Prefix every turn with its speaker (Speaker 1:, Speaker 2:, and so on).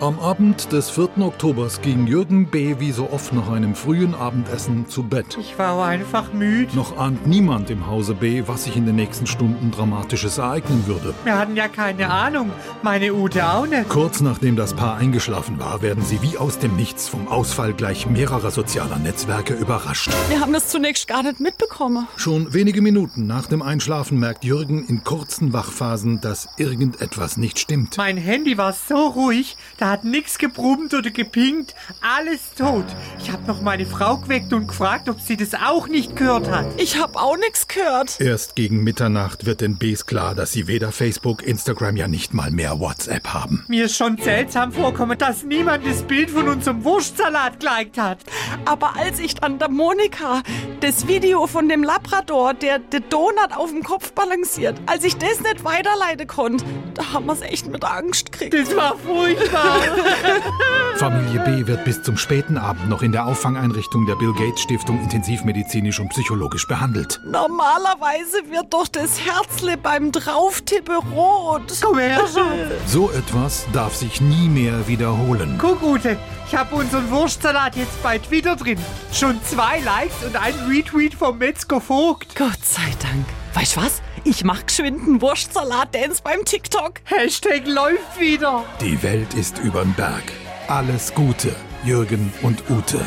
Speaker 1: Am Abend des 4. Oktobers ging Jürgen B. wie so oft nach einem frühen Abendessen zu Bett.
Speaker 2: Ich war einfach müde.
Speaker 1: Noch ahnt niemand im Hause B., was sich in den nächsten Stunden Dramatisches ereignen würde.
Speaker 2: Wir hatten ja keine Ahnung. Meine Ute auch nicht.
Speaker 1: Kurz nachdem das Paar eingeschlafen war, werden sie wie aus dem Nichts vom Ausfall gleich mehrerer sozialer Netzwerke überrascht.
Speaker 3: Wir haben das zunächst gar nicht mitbekommen.
Speaker 1: Schon wenige Minuten nach dem Einschlafen merkt Jürgen in kurzen Wachphasen, dass irgendetwas nicht stimmt.
Speaker 2: Mein Handy war so ruhig, da hat nix gebrummt oder gepinkt. Alles tot. Ich hab noch meine Frau geweckt und gefragt, ob sie das auch nicht gehört hat.
Speaker 3: Ich hab auch nichts gehört.
Speaker 1: Erst gegen Mitternacht wird den Bs klar, dass sie weder Facebook, Instagram ja nicht mal mehr WhatsApp haben.
Speaker 2: Mir ist schon seltsam vorkommen, dass niemand das Bild von unserem Wurstsalat geliked hat.
Speaker 3: Aber als ich dann der Monika das Video von dem Labrador, der den Donut auf dem Kopf balanciert, als ich das nicht weiterleiten konnte, da haben wir es echt mit Angst gekriegt.
Speaker 2: Das war furchtbar.
Speaker 1: Familie B wird bis zum späten Abend noch in der Auffangeinrichtung der Bill Gates Stiftung intensivmedizinisch und psychologisch behandelt.
Speaker 3: Normalerweise wird doch das Herzle beim Drauftippe rot.
Speaker 2: Komm her, Schatz.
Speaker 1: So etwas darf sich nie mehr wiederholen.
Speaker 2: Guck, Ute. Ich hab unseren Wurstsalat jetzt bei Twitter drin. Schon zwei Likes und ein Retweet vom Metzger Vogt.
Speaker 3: Gott sei Dank. Weißt du was? Ich mach geschwind einen Wurstsalat-Dance beim TikTok.
Speaker 2: Hashtag läuft wieder.
Speaker 1: Die Welt ist überm Berg. Alles Gute, Jürgen und Ute.